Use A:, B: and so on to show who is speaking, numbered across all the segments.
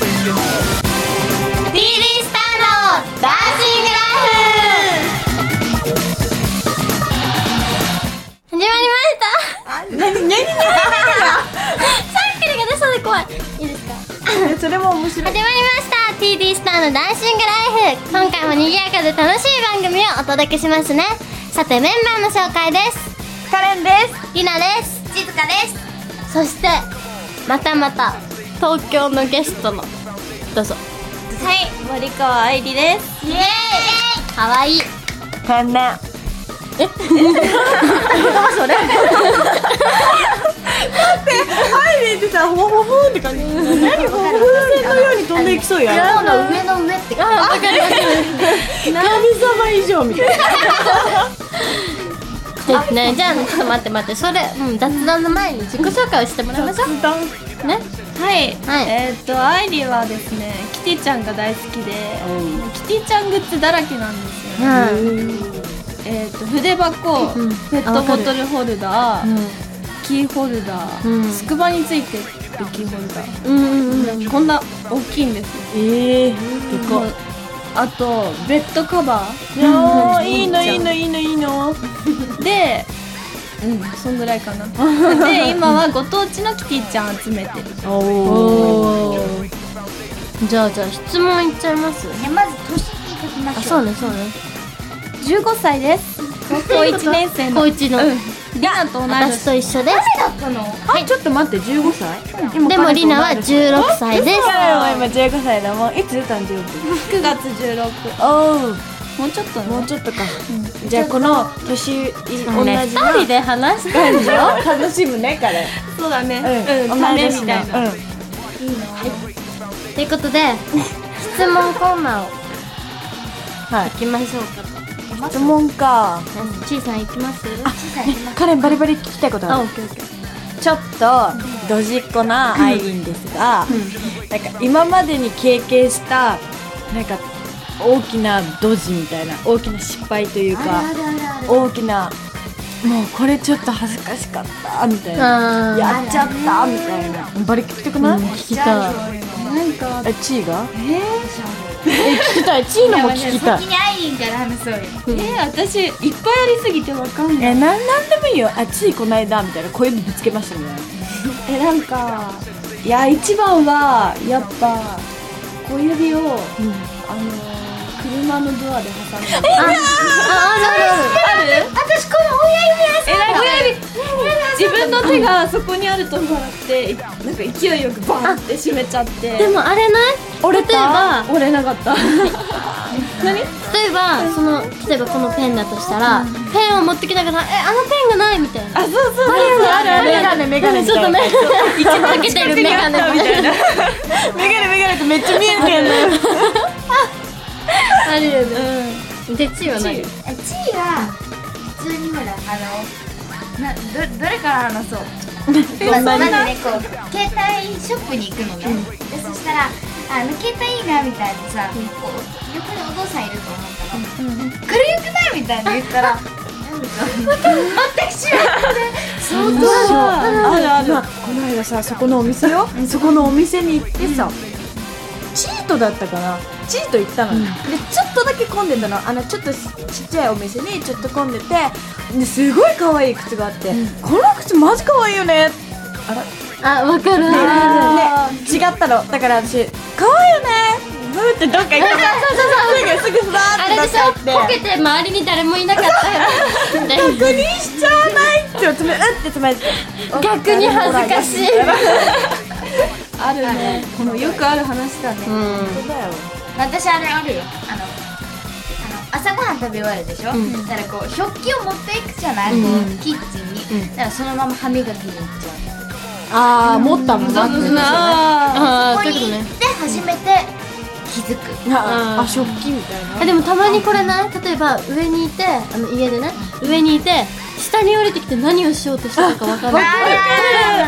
A: ビーリースターのダンシングライフ始まりました
B: 何何何
A: サイクルが出そうで怖いいいですか
B: 何それも面白
A: 始
B: い
A: まりました TD スターのダンシングライフ今回も賑やかで楽しい番組をお届けしますねさてメンバーの紹介です
B: カレンで
A: りなです静香ですそしてまたまた東京のゲストのどうぞ
B: すはい森川愛理です
A: イエーイかわいい
B: 天然え何それだって愛理ってさほほほって感じ何ほほほのように飛んでいきそうや
A: 雲の上の上って感じ
B: 神様以上みたいな
A: ですねじゃあちょっと待って待ってそれ、うん、雑談の前に自己紹介をしてもらいましょう
B: スタン
A: ね
C: はい、
A: はい
C: えっ、とアイリーはですねキティちゃんが大好きで、キティちゃんグッズだらけなんですよ、
A: うん
C: えっ、と筆箱、
A: ん
C: ペットボトルホルダー、キーホルダー、
A: うん
C: つくばについてるキーホルダー、
A: うんうん
C: こんな大きいんですよ
B: ええ
C: もうあとベッドカバ
B: いやーいいのいいのいいのいいの
C: ーでうんそんぐら いかなで今はご当地のキティちゃん集めてる
B: おお
A: じゃあじゃあ質問いっちゃいます
D: じゃあまず年聞いておきま
A: あ
D: しょう
A: そうねそうね
C: 15歳です高校1年生の
A: 高一の
C: リナと同い
A: 私
C: 年
A: と一緒です
D: 誰だったの
B: あちょっと待って15歳
A: でもりなは16歳です
B: 嘘だよ今15歳だもんいつ誕生日
C: 9月16
B: お
C: もうちょっと
B: おもう
C: ね
B: ちょっとか、じゃあこの年い同じの
A: 人で話して
B: 感じを楽しむね彼
C: そうだね
B: うん、
C: ためみたいな
B: な、うん、
A: ということで質問コーナーを
B: はい
A: 行きましょうか
B: 質問か
A: ちいさん行きます
B: カレンバリバリ聞きたいこと
A: あ
B: あ
A: オッ
B: る
A: ケーオッケー
B: ちょっとドジっ子なアイリンですが、なんか今までに経験したなんか大きなドジみたいな大きな失敗というか
D: あるあるある
B: 大きなもうこれちょっと恥ずかしかったみたいな
A: あー
B: やっちゃったみたいなバリ聞きたくない、
A: 聞きたい
C: なんか
B: えチーがええ聞きたいチーのも聞きたい
D: 先にアイリンから話そうよ
C: えー、私いっぱいありすぎてわかんない
B: えなんなんでもいいよあチーこないだみたいな小指ぶつけましたみたいな
C: えなんかいや一番はやっぱ小指を、あのー、車のドアで挟んで
A: あああ
C: ある
D: 私この親指
C: えなんか親指自分の手がそこにあると思ってなんか勢いよくバンって閉めちゃっ
A: あ
C: て
A: でもあれない
B: 俺
A: 例えば
C: 折れなかった 何
A: 例えばその例えばこのペンだとしたらペンを持ってきながら「えあのペンがない」みたいな
C: あそうそうそうあるある
B: メガネメガネ
A: ちょっとね一番かけてるメガネみたいな
B: メガネメガネってめっちゃ見えてる
A: あるよねでちいはない
D: えチーは普通にほらあのなどどれから話 そうまずまずねこう携帯ショップに行くのね、でそしたらあの携帯いいなみたいにさ、こう横にお父さんいると思ったら「これよくない?」みたいに言っ たらなんか全く知らなくて相当
B: あるあるこの間さそこのお店よそこのお店に行ってさ、チートだったかなチート行ったの、でちょっとだけ混んでたのあのちょっとしちっちゃいお店にちょっと混んでてですごい可愛い靴があって、この靴マジ可愛いよねあら
A: あわかる
B: ね、違ったのだから私可愛いよねブーってどっか行ったのすぐすぐバ
A: あ
B: ー
A: れでしょ
B: ってどっ
A: こ
B: か行
A: け
B: って
A: て周りに誰もいなかったよね
B: 確認しちゃわないってつめうってつめて
A: 逆に恥ずかしい
C: あるねこのよくある話だね
A: うん
D: 私あれあるよあのあの朝ごはん食べ終わるでしょ、だからこう食器を持っていくじゃない、こうキッチンに、だからそのまま歯磨きに行っちゃう
B: ああ持ったもんな
C: なあ
A: あ
D: こ
A: あ
D: こ
A: そういうこと
D: に行
A: ね
D: って初めて気づく
B: あ食器みたいな
A: えでもたまにこれない例えば上にいてあの家でね上にいて下に降りてきて何をしようとしてたかわからない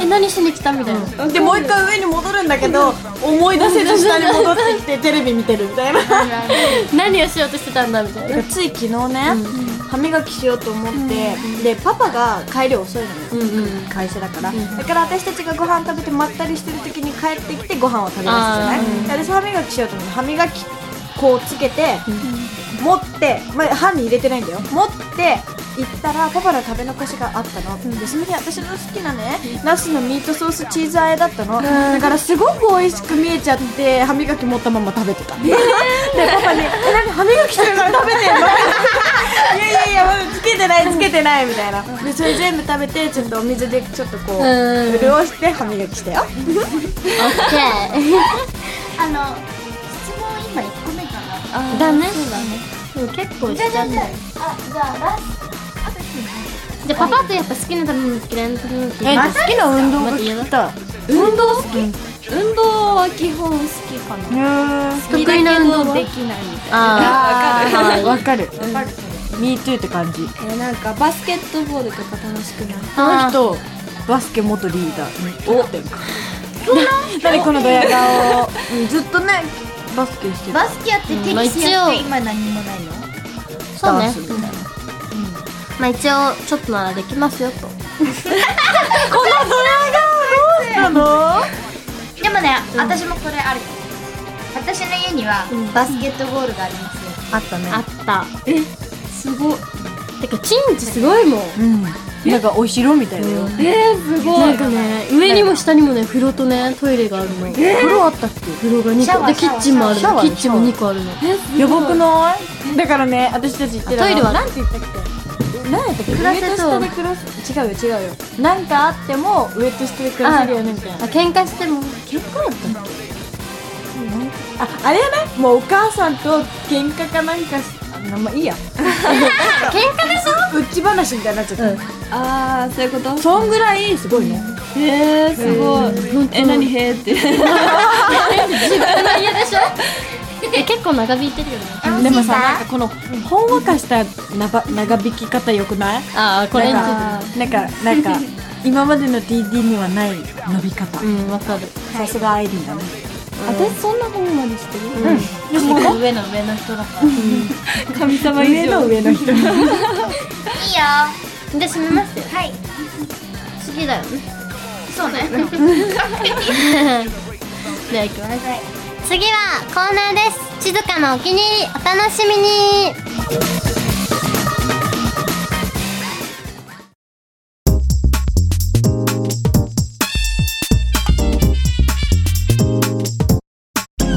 A: え何しに来たみたいな
B: でもう一回上に戻るんだけど思い出せず下に戻ってきてテレビ見てるみたいな
A: 何をしようとしてたんだみ たいな
B: つい昨日ね、歯磨きしようと思って、でパパが帰り遅いのよ、会社だから、だから私たちがご飯食べてまったりしてる時に帰ってきてご飯を食べるじゃない、で私歯磨きしようと思って歯磨き粉をつけて、持って、まあ、歯に入れてないんだよ持って行ったらパパの食べ残しがあったの、でその日私の好きなね、ナスのミートソースチーズ和えだったの、だからすごく美味しく見えちゃって歯磨き持ったまま食べてた、でパパに「え なんか歯磨きしてるから食べてんの?」いやいやいやまだつけてないつけてないみたいなでそれ全部食べてちょっとお水でちょっとこう
A: うん
B: 潤して歯磨きしたよ
A: オッケ
D: あの質問今1個目かな
A: ーだねそう結構
D: じゃあじゃあ
A: 時
D: じゃ
A: 間
D: ああじゃあラスあと一
A: じゃあパパとやっぱ好きな食べ物嫌いな食べ物って
B: え
A: ま
B: 好
A: た
B: きな運動が
A: 待って
B: 聞
A: 言
B: きたい
C: 運動好き運動は基本好きかな
A: 得意な運動は
C: できないみたいな
A: あー
B: あわかる MeToo って感じ
C: えーなんかバスケットボールとか楽しくない
A: あー
B: 人バスケ元リーダーにおってるか何このドヤ顔うんずっとねバスケして
D: 個
B: る
D: バスケやってテニスやって今何もないの
A: そうね
B: ダンスみたいな
A: まあ一応ちょっとならできますよと
B: なの
D: でもね私もこれあるよ私の家にはバスケットボールがありますよ
B: あったね
A: あった
C: すごい
A: てかチンチすごいもん
B: うんなんかお城みたいだよ
C: えー、すごい
A: なんかね上にも下にもね風呂とねトイレがあるの風
B: 風呂あったっけ
A: 呂が
D: シャ
A: 2個
D: ワー
A: でキッチンもある
B: シャワ
A: の
B: ー
A: キッチンも2個あるの
C: えすごい
B: やばくないだからね私たち行ってる
A: あトイレは
B: なんて言ったっけなんやったっけ上
A: 上と
B: と
A: 下
B: 下
A: で
B: で暮らす違うよ違うよなんかあっても上と下で暮らせるよねみたいな
A: あ喧嘩しても
B: 喧嘩だったっけああれやねもうお母さんと喧嘩かなんかしあまあまあいいや
A: 喧嘩でしょ
B: うっち話みたいになっちゃった、
C: あーそういうこと
B: そんぐらいすごいね
C: えー、すごいえ何へ ーって
A: 嫌でしょ え結構長引いてるよね
D: 楽しい
B: でもさ
D: な
B: なんかこのほんわかしたなば長引き方よくない
A: ああこれにつ
B: なんかなんかなんか今までの TD にはない伸び方
A: うんわかる
B: さすがアイリーンだね
C: 私そんなほんまにしてる
A: 上の上の人だから
C: 神様以
B: 上
C: 上
B: の上の人
D: いいよ
A: じゃあ閉めますよ
D: はい
A: 次だよね
D: そうね
A: では行きます次はコーナーです静かのお気に入りお楽しみに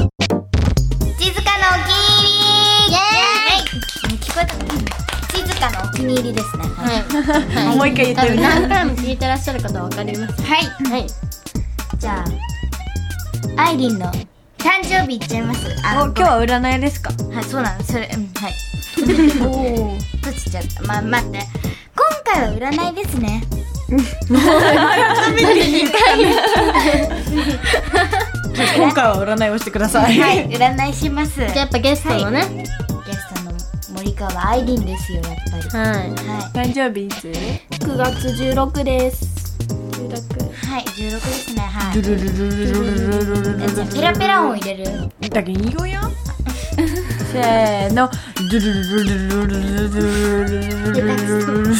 D: 静かのお気に入りイエーイ聞こえた静かのお気に入りですねは
A: はい
B: もう一回言って
A: 多分
B: みる
A: 何回も聞いてらっしゃる方はわかります
D: い
A: はい
D: じゃあアイリンの誕生日いっちゃいますあ
C: 今日は占いですか
D: はいそうなのそれうんはい閉じちゃったま待って今回は占いですね
B: 今回は占いをしてください、
D: はい占いしますゲ
A: じゃあやっぱゲストのね
D: ストの森川アイリンですよやっぱり
A: はい
D: は
B: 誕生日いつ
C: 9月16です
D: いはい16ですねは
B: ルルルルルルルルルル
D: いペラペラ音入れる
B: だけいいよやせーのルルルルルルルルルルルルルうるさ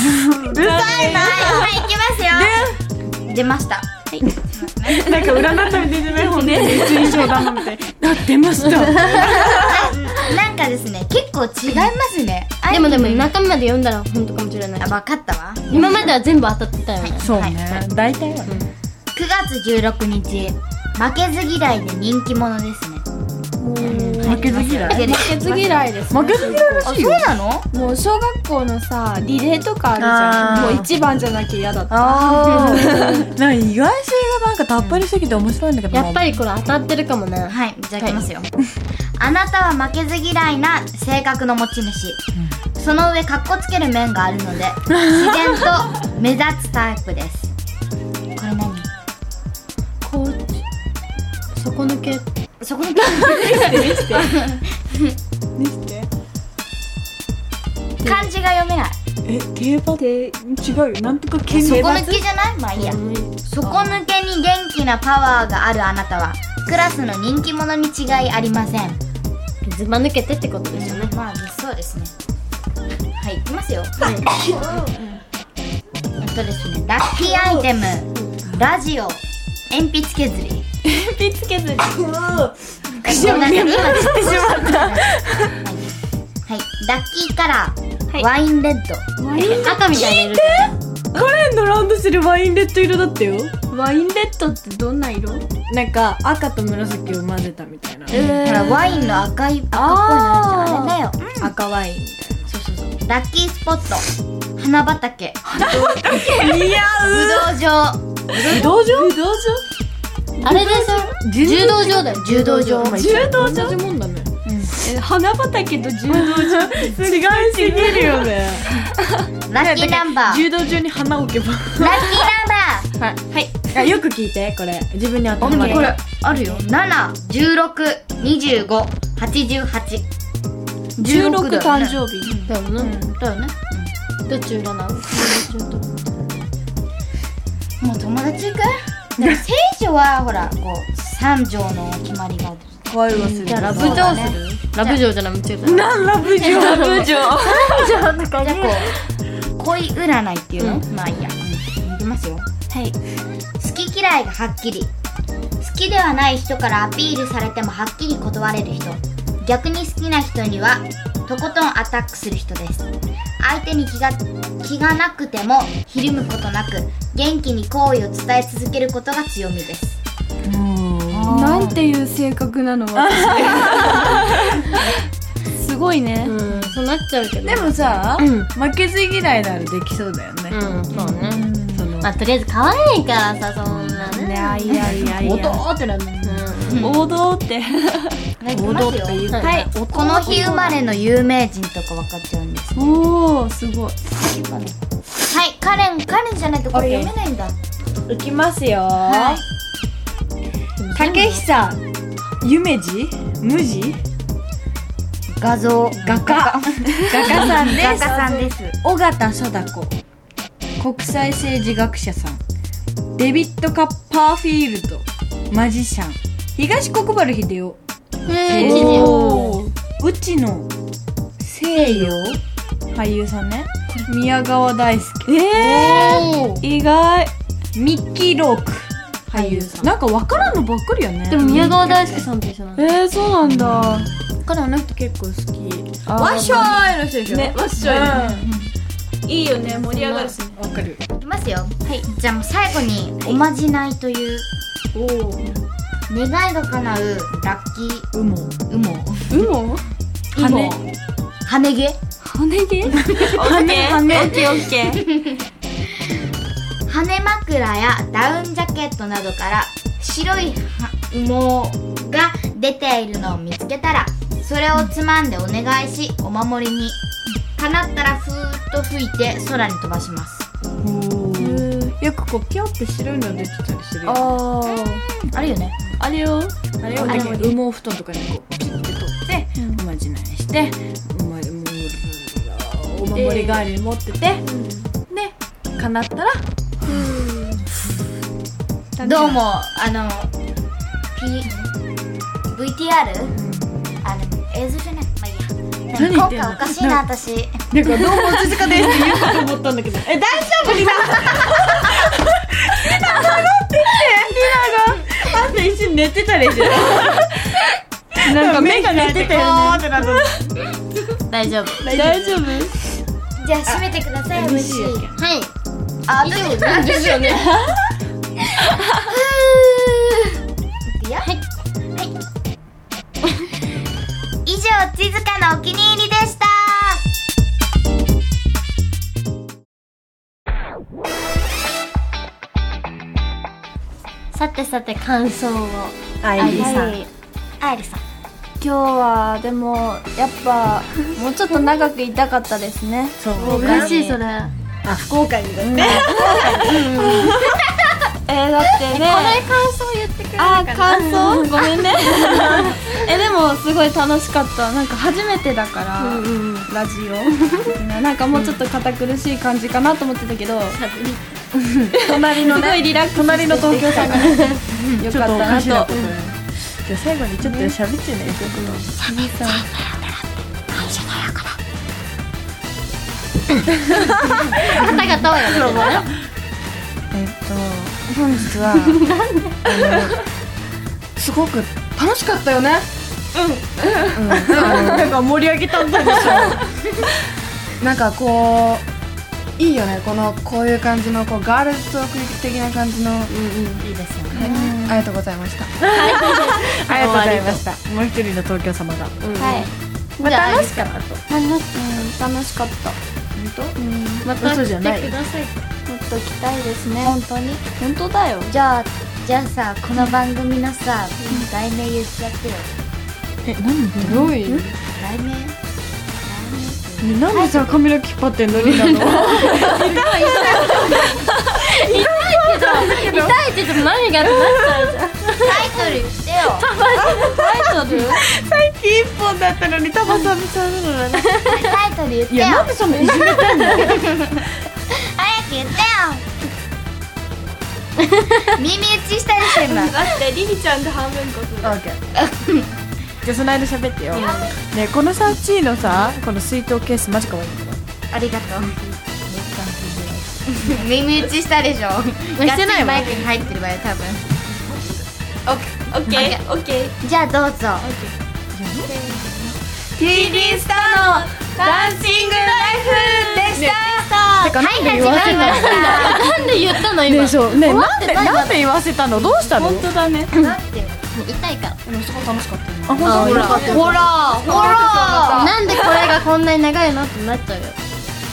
B: いな
D: はいはい行きますよ出ました
B: なんか占ったみたいじゃない本当に水晶玉みたいな出ました
D: なんかですね結構違いますね
A: でもでも
D: アイリン
A: 中身まで読んだら本当かもしれない
D: あ分かったわ
A: 今までは全部当たってたよね
B: そうね大体はね
D: 9月16日負けず嫌いで人気者ですね
B: 負けず嫌い
D: でね
C: 負けず嫌いです
B: 負けず嫌いら
D: あ
B: しい
D: そう
B: よ
D: なの
C: もう小学校のさリレーとかあるじゃ
B: あー
C: んもう一番じゃなきゃ嫌だった
B: あーなんか意外性がなんかたっぷりすぎて面白いんだけどな
A: やっぱりこれ当たってるかもね
D: はいじゃあいきますよ、あなたは負けず嫌いな性格の持ち主、その上かっこつける面があるので自然と目立つタイプですこれ何
A: こうそこ抜け
D: そこに
B: 見せて
D: 漢字が読めない
B: え競馬で違うよなんとか競
D: 底
B: 馬
D: 抜けじゃないまあいいや底抜けに元気なパワーがあるあなたはクラスの人気者に違いありません
A: ずば抜けてってことですよね
D: まあそうですねはいいきますよ
A: はい
D: えっとですねラッキーアイテムラジオ鉛筆削り
B: 鉛筆削り
D: くしゃみが今散ってしまったはいラッキーカラー、
A: はい
D: ワインレッド
A: 赤みたいな色
B: カレンのランドセルワインレッド色だったよ
C: ワインレッドってどんな色
B: なんか赤と紫を混ぜたみたいな、
D: ほらワインの赤い赤っぽいのあるじゃんあれだよ、
B: 赤ワインみたい
D: そうそうそうラッキースポット花畑花畑似合う武道
B: な武道場
A: あれでしょ柔道場だよ柔道場
B: 柔道場同じもんだね
C: え花畑と柔道場
B: 違いすぎるよね
D: 場ラッキーナンバーラッキ
B: 柔道場に花置けば
D: ーナンバ
B: あよく聞いてこれ自分に当てはまる
D: ーこれあるよ7162588
C: 16
D: だよ
C: 誕
D: ね
C: 生日
A: だよね
D: だよね
A: どっち裏なの
D: もう友達行く でも聖女はほらこう三条の決まりがある
B: 恋をする
A: ラブ
D: そうだね
A: ラブ嬢じゃない間違えた
B: なんラブ嬢ラブ嬢
D: じゃあこう恋占いっていうの、まあいいや、うん、いきますよ
C: はい
D: 好き嫌いがはっきり好きではない人からアピールされてもはっきり断れる人逆に好きな人にはとことんアタックする人です相手に気が気がなくてもひるむことなく元気に好意を伝え続けることが強みです
C: なんていう性格 なの私すごいね
A: うんそうなっちゃうけど
B: でもさ、
A: うん
B: 負けず嫌いならできそうだよね、
A: うんそうね
B: その
A: まあとりあえず可愛いからさそんなね
C: いやいやいやい
B: おど
C: や
B: ーってなるね
A: うん
C: 王道って
D: いきますよ
A: はい
D: この日生まれの有名人とか分かっちゃうんです
C: おおすごい
D: はいカレンカレンじゃないとこれ読めないんだ
B: いきますよ
D: はい
B: 竹久夢二無地
D: 画像画家
B: 画家さんで
D: 画家
B: す
D: さんです
B: 尾形貞子国際政治学者さんデビッド・カッパーフィールドマジシャン東国原英夫
A: え
B: 知事
C: おー
B: うちの西洋俳優さんね宮川大輔
A: え
C: 意外
B: ミッキー・ローク俳優さんなんかわからんのばっかりやね
A: でも宮川大輔さんと一緒なの
C: えー、そうなんだ
B: からあの人結構好き
C: ワッショ
B: ーイの人でし
C: ねわっしょいいいよね盛り上がるし
B: わかる
D: いきますよはいじゃあもう最後におまじないという
B: おお
D: 願いが叶うラッキ
B: うも
D: ー羽
C: うも
D: 毛
B: 羽
D: 毛羽毛
C: 羽毛羽羽オッケーオッケー
D: 羽枕やダウンジャケットなどから白いは羽毛が出ているのを見つけたらそれをつまんでお願いしお守りに叶ったらふーっと吹いて空に飛ばします
B: よくこうピョって白いの出てたりするよ
C: あー
D: あるよね
C: あれよ
B: あれを
D: あ
B: ね
D: れ
B: 羽毛布団とかにこうピッて取っておまじないしておまじお守り代わりに持っててで叶ったら
D: どうもあの P VTR あの映像じゃないまあいいや
B: 何言
D: 今
B: ってんの
D: 回おかしいな私
B: なんかどうもおつかですって言うかと思ったんだけど え大丈夫リナリナ 戻ってきてリナがあんた一瞬寝てたりしてなんか目が寝てたよね
A: 大丈夫
C: 大丈夫
D: じゃあ閉めてください美味しい
A: はい
D: あでもなんですよ ねいくよはい以上静かのお気に入りでした
A: さてさて感想を
B: あ
A: あ
B: い
A: ゆ
B: りさ
A: さ
B: ん
A: ん
D: あえりさん
C: 今日はでもやっぱもうちょっと長くいたかったですね
B: そう
A: 嬉しいそれ
B: あ福岡にだって
C: えー、だってね
A: 感想言ってくれ
E: あー感想ごめんねえでもすごい楽しかったなんか初めてだから、ラジオなんかもうちょっと堅苦しい感じかなと思ってたけど
B: 隣の
E: すごい
B: ね
E: リラックス
B: 隣の東京さんがね
E: よ
B: ち
E: か
B: ょっと
E: っ
B: お
E: た
B: か
E: な
B: しな
E: と
B: ことね今日最後にちょっと喋ってねよ
A: ガタガタはやめてね
B: えっと本日はあのすごく楽しかったよねうん、うん、 なんか盛り上げたんだでしょなんかこういいよねこのこういう感じのこうガールズトーク的な感じの、いいですよね、ありがとうございました ありがとうございま したもう一人の東京様が、
A: まあ楽しかっ
E: 楽し,、うん、楽しかった
A: た
B: 嘘じゃない
A: 来てください
E: もっと来たいですね本当に本当だよ
D: じゃあじゃあさこの番組のさ題名言っちゃってよ
B: え何
E: すごい
D: 題名
B: なんでさカメラ引っ張ってんのになの
A: 痛いって言っても何がってなっちゃうじゃん
D: タイトル言ってよ
E: タイトル
B: 最近一本だったのにタバサミさんなのね
D: タイトル言って
B: い
D: よ
B: やなんでそんないじめてんの
D: 早 く言ってよ耳打ちしたりしてんだ
E: だってリリちゃんで半分こする
B: オッケーじゃあその間喋ってよねえこのさチーのさこの水筒ケースマジ可愛いんだけど
D: ありがとう 耳打ちしたでしょ ガッ
B: て
D: ツ
B: ない
D: リ
B: わ
D: マイクに入ってるわよ多分
E: オッケーオッケー
D: じゃあどうぞ
E: TD スターのダンシングライフでした
B: てかなんで言わせたの
A: なんで言ったの今
B: ねえそうねえなんでなんで言わせたのどうしたの
E: 本当だね
D: だって
A: 痛いから
B: あ本当だ
A: ほらほらなんでこれがこんなに長いのってなっちゃうよ
B: ね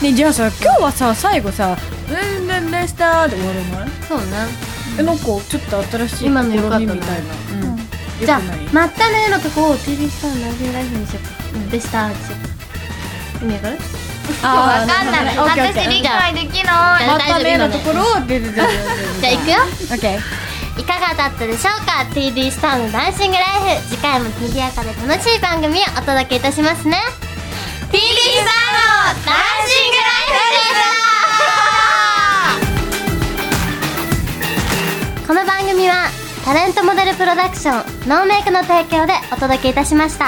B: えじゃあさ今日はさ最後さ「うんうんでした」で終わらない
A: そうね
B: えなんかちょっと新しい試みみ
A: 今の良かったな
B: たいなうん
A: じゃあ
B: よくない
A: まったねーのとこを TV スターのナジンライフにしようかでしたーってしようか意味わかる
D: わ かんない
B: オッケーオッケー
D: 私理解でき
A: じ
D: な
A: ゃ
D: い
A: あ大丈夫今の
B: ところを出て出て
A: じゃあ行くよ
B: オッケー
A: いかがだったでしょうか TD スターのダンシングライフ次回も賑やかで楽しい番組をお届けいたしますね TD スターのダンシングライフでしたこの番組はタレントモデルプロダクションノーメイクの提供でお届けいたしました